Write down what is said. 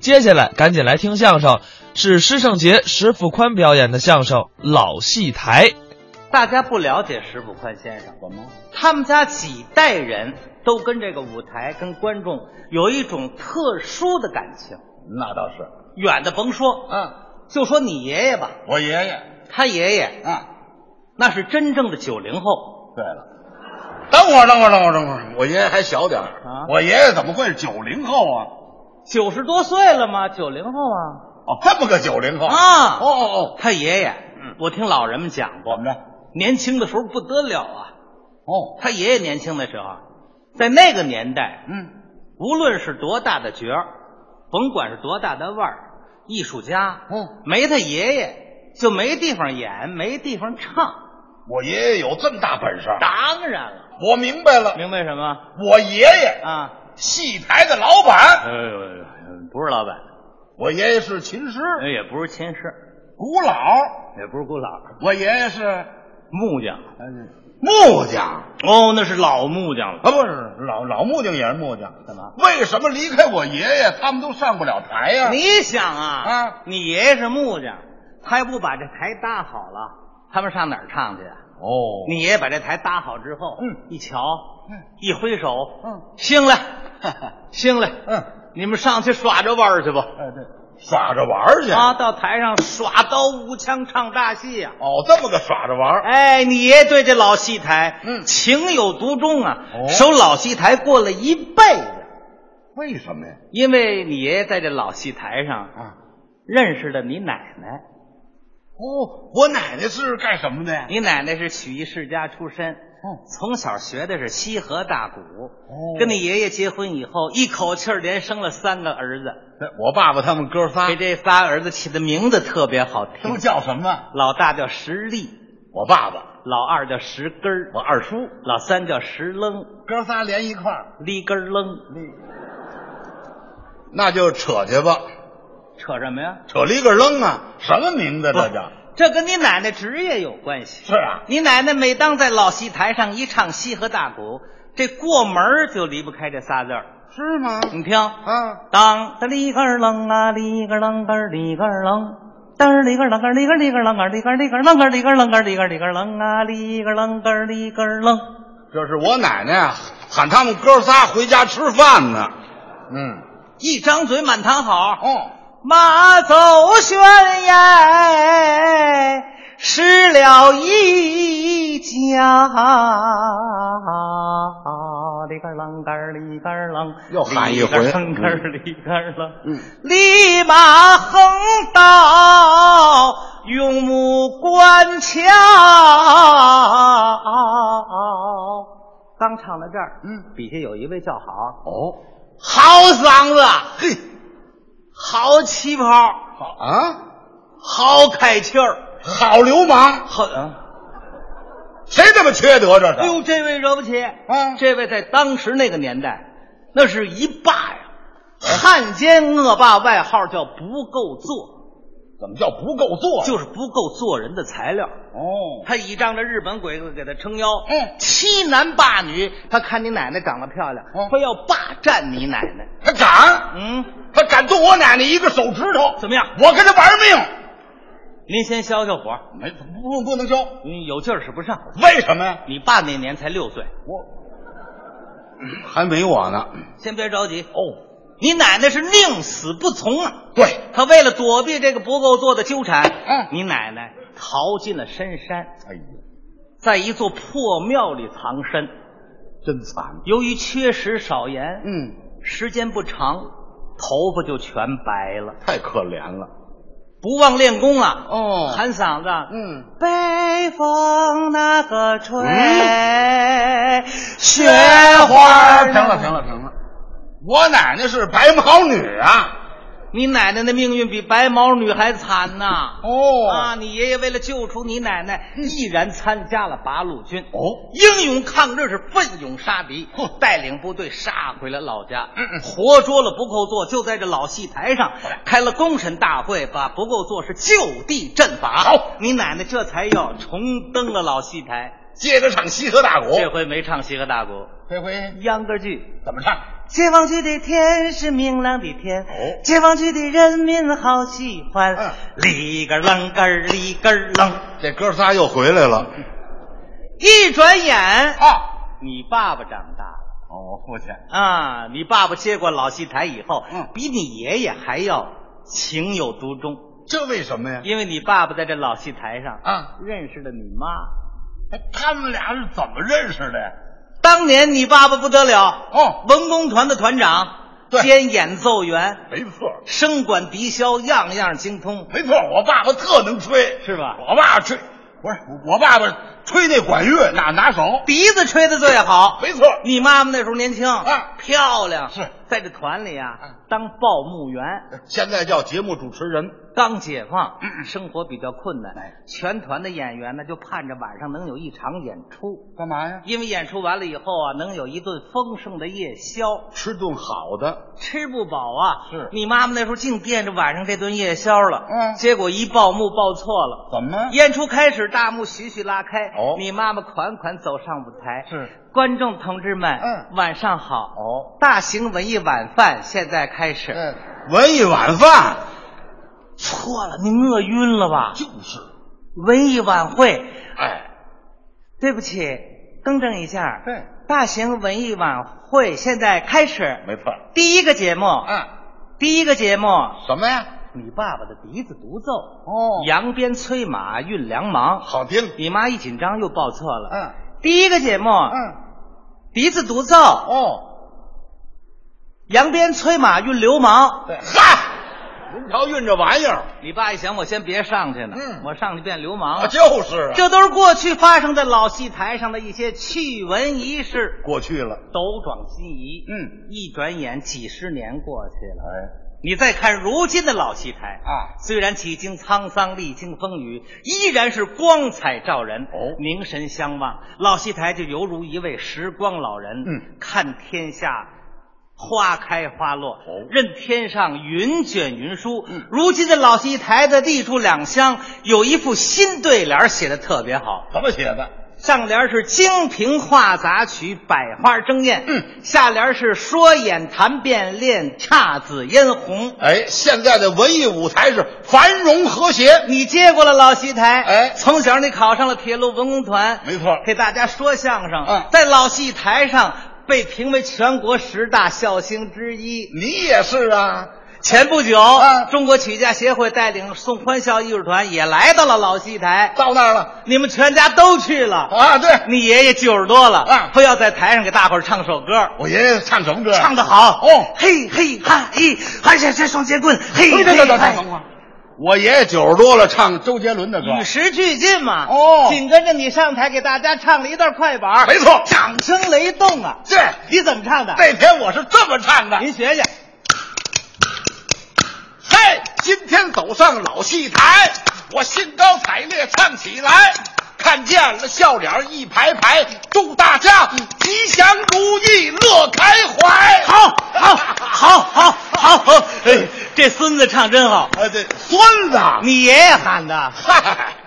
接下来赶紧来听相声，是施圣杰、石富宽表演的相声《老戏台》。大家不了解石富宽先生，怎么？他们家几代人都跟这个舞台、跟观众有一种特殊的感情。那倒是。远的甭说，嗯，就说你爷爷吧，我爷爷。他爷爷嗯，那是真正的九零后，对了，等会儿，等会儿，等会儿，等会儿，我爷爷还小点儿、啊我爷爷怎么会是九零后啊？九十多岁了嘛，九零后啊哦，这么个九零后啊哦哦哦，他爷爷，我听老人们讲过，怎么着？年轻的时候不得了啊。哦，他爷爷年轻的时候啊，在那个年代，嗯，无论是多大的角儿，甭管是多大的腕儿，艺术家，嗯，没他爷爷就没地方演，没地方唱。我爷爷有这么大本事，当然了，我明白了，明白什么我爷爷啊？戏台的老板，呦，不是老板，哎我爷爷是琴师，也不是亲事，古老，也不是孤老，我爷爷是木匠。木匠哦，那是老木匠了。啊，不是老老木匠也是木匠，怎么？为什么离开我爷爷，他们都上不了台呀、你想啊，啊你爷爷是木匠，他要不把这台搭好了，他们上哪儿唱去啊？哦你爷爷把这台搭好之后，嗯，一瞧，嗯，一挥手，嗯，兴来，兴来，嗯，你们上去耍着玩儿去吧。哎对，耍着玩儿去啊，到台上耍刀舞枪唱大戏呀、哦，这么个耍着玩儿，哎，你爷爷对这老戏台，嗯情有独钟啊，哦守老戏台过了一辈子。为什么呀？因为你爷爷在这老戏台上啊，认识了你奶奶，哦，我奶奶是干什么的呀？你奶奶是曲艺世家出身，哦从小学的是西河大鼓，哦跟你爷爷结婚以后，一口气儿连生了三个儿子，我爸爸他们哥仨给 这仨儿子起的名字特别好啊都听，叫什么？老大叫石力，我爸爸，老二叫石根儿，我二叔，老三叫石愣，哥仨连一块儿，立根儿愣，那就扯去吧，扯什么呀？扯了一个扔啊，什么名字这叫？这跟你奶奶职业有关系。是啊，你奶奶每当在老戏台上一唱西河大鼓，这过门儿就离不开这仨字儿。是吗？你听，啊，当当里个儿啷啊，里个儿啷个儿里个儿啷，当儿里个儿啷个儿里个儿里个儿啷个儿里个儿里个儿啷个儿里个儿啷个儿里个儿里个儿啷啊，里个儿啷个儿里个儿啷。这是我奶奶啊，喊他们哥仨回家吃饭呢。嗯，一张嘴满堂好，哦，马走悬崖，失了一家。里哦个儿啷个儿里个儿啷，又喊一回里个儿啷个儿里个儿啷。嗯，立马横刀，用目观瞧。刚唱到这儿，嗯，底下有一位叫好，哦，好嗓子，嘿，好气泡，好啊，好开气儿，好流氓，好。啊谁这么缺德这是？哎呦，这位惹不起，啊这位在当时那个年代，那是一霸呀，哎汉奸恶霸，外号叫不够做。怎么叫不够做？就是不够做人的材料。哦，他倚仗着日本鬼子给他撑腰，嗯欺男霸女。他看你奶奶长得漂亮，嗯非要霸占你奶奶。他敢，嗯，他敢动我奶奶一个手指头，怎么样？我跟他玩命。您先消消火，没不用不能交，你有劲儿使不上。为什么呀？你爸那年才六岁，我还没我呢。先别着急。哦，你奶奶是宁死不从啊！对，她为了躲避这个不够做的纠缠，嗯你奶奶逃进了深山，哎呀，在一座破庙里藏身。真惨。由于缺食少盐，嗯，时间不长，头发就全白了。太可怜了。不忘练功啊，哦喊嗓子。嗯，北风那个吹，雪雪花花。停嗯了，停。了，停了。我奶奶是白毛女啊。你奶奶的命运比白毛女还惨呐！哦嗯啊，你爷爷为了救出你奶奶，毅然参加了八路军。哦，英勇抗日是奋勇杀敌哼，带领部队杀回了老家，嗯哦嗯活捉了不够座，就在这老戏台上开了功臣大会，把不够座是就地阵法。好你奶奶这才又重登了老戏台，接着唱西河大鼓。这回没唱西河大鼓，这回秧歌剧怎么唱？解放军的天是明朗的天，哦解放军的人民好喜欢嗯。里个楞个儿里个儿楞，这哥仨又回来了一转眼，啊！你爸爸长大了。哦，我父亲啊，你爸爸接过老戏台以后，嗯比你爷爷还要情有独钟，这为什么呀？因为你爸爸在这老戏台上啊，认识了你妈。哎他们俩是怎么认识的呀？当年你爸爸不得了，哦，文工团的团长，对兼演奏员，没错，声管笛箫样样精通，没错，我爸爸特能吹，是吧我爸爸吹，不是我爸爸吹那管乐那拿手，笛子吹的最好。没错，你妈妈那时候年轻，啊漂亮，是在这团里啊嗯，当报幕员。现在叫节目主持人。刚解放，嗯生活比较困哎难，全团的演员呢就盼着晚上能有一场演出，干嘛呀？因为演出完了以后啊，能有一顿丰盛的夜宵，吃顿好的，吃不饱啊。是你妈妈那时候净惦着晚上这顿夜宵了，嗯结果一报幕报错了。怎么演出开始，大幕徐徐拉开，哦你妈妈款款走上舞台。是观众同志们，嗯晚上好。哦，大型文艺晚饭现在开始。嗯，文艺晚饭错了，您饿晕了吧？就是，文艺晚会哎，对不起，更正一下。对，大型文艺晚会现在开始。没错，第一个节目，嗯，第一个节目，什么呀？你爸爸的笛子独奏，哦扬鞭催马运粮忙。好听，你妈一紧张又报错了。嗯第一个节目，嗯，笛子独奏，哦，扬鞭催马运流氓。对，嗨，您瞧运这玩意儿你爸一想，我先别上去了，嗯我上去变流氓啊，了。就是啊，这都是过去发生在老戏台上的一些趣闻轶事，过去了，斗转星移。嗯，一转眼几十年过去了。哎你再看如今的老戏台啊，虽然几经沧桑，历经风雨，依然是光彩照人。哦凝神相望，老戏台就犹如一位时光老人，嗯，看天下花开花落，哦任天上云卷云舒。嗯如今的老戏台的地处两厢，有一副新对联儿写的特别好，怎么写的？上联是“京评话杂曲，百花争艳”，嗯，下联是“说演谈变练，姹紫嫣红”。哎，现在的文艺舞台是繁荣和谐，你接过了老戏台，哎从小你考上了铁路文工团，没错给大家说相声，嗯在老戏台上被评为全国十大笑星之一。你也是啊，前不久，嗯中国曲家协会带领宋欢笑艺术团也来到了老戏台，到那儿了你们全家都去了。啊，对，你爷爷九十多了，嗯非要在台上给大伙儿唱首歌，我爷爷唱什么歌？唱得好哦嘿嘿哈嘿，还是这双截棍，嘿等等嘿等等嗨等会儿，我爷爷九十多了，唱周杰伦的歌，与时俱进嘛。哦紧跟着你上台给大家唱了一段快板，没错掌声雷动啊！对，你怎么唱的？那天我是这么唱的：您学学。嗨，今天走上老戏台，我兴高采烈唱起来。看见了笑脸一排排，祝大家吉祥如意，乐开怀。好，好，好，好，好， 好！哎，这孙子唱真好，啊，这孙子，你爷爷喊的。嗨，